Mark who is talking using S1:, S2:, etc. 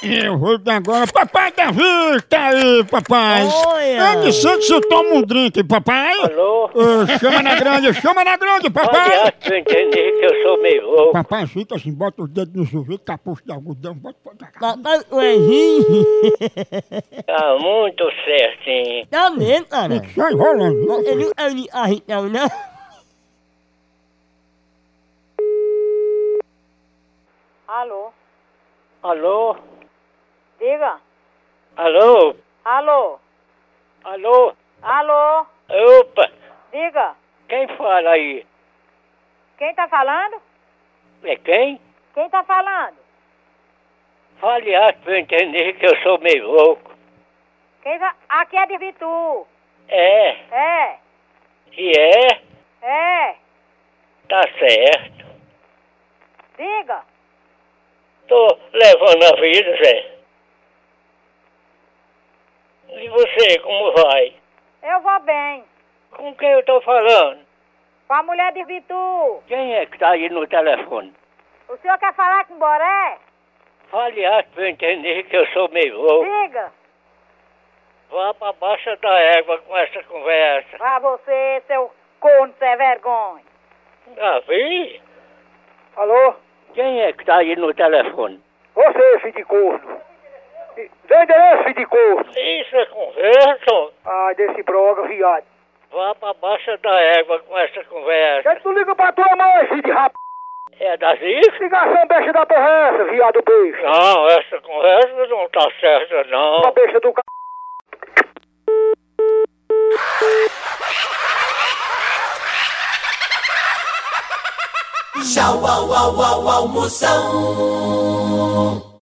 S1: Eu vou dar agora. Papai Davi, tá aí, papai. É,
S2: Olha.
S1: Eu não sei que você toma um drink, papai.
S3: Alô?
S1: Ô, chama na grande, chama na grande,
S3: Pode
S1: papai.
S3: antes entender que eu sou meio louco.
S1: Papai fica assim, bota os dedos no sorvete, capucho de algodão, bota pra cá.
S2: Papai, o Henrique
S3: Tá muito certinho.
S2: tá mesmo, cara.
S1: Fica só enrolando.
S2: Ele não é de arrepiar, né?
S4: Alô,
S3: Alô?
S4: diga.
S3: Alô?
S4: Alô,
S3: Alô?
S4: alô,
S3: Opa!
S4: diga.
S3: Quem fala aí?
S4: Quem tá falando?
S3: É quem?
S4: Quem tá falando?
S3: Fale alto pra eu entender que eu sou meio louco.
S4: Quem tá... Aqui é de Vitu.
S3: É,
S4: É,
S3: e é,
S4: é,
S3: tá certo.
S4: diga.
S3: Tô levando a vida, Zé. E você, como vai?
S4: Eu vou bem.
S3: Com quem eu tô falando?
S4: Com a mulher de Vitu.
S3: Quem é que tá aí no telefone?
S4: O senhor quer falar com Boré?
S3: Fale alto pra eu entender que eu sou meio louco.
S4: Diga.
S3: Vá pra baixa da égua com essa conversa.
S4: Pra você, seu corno sem vergonha.
S3: Davi,
S4: Alô?
S3: quem é que tá aí no telefone?
S4: Você, filho de corno. Vem endereço, filho de corno.
S3: Isso é conversa?
S4: Ai, desse broga, viado.
S3: Vá pra baixa da égua com essa conversa.
S4: tu liga pra tua mãe, filho de rap...
S3: É Davi?
S4: Ligação besta da porra é essa, viado beijo.
S3: Não, essa conversa não tá certa, não.
S4: besta do c...
S5: Tchau, au, au, au, almoção.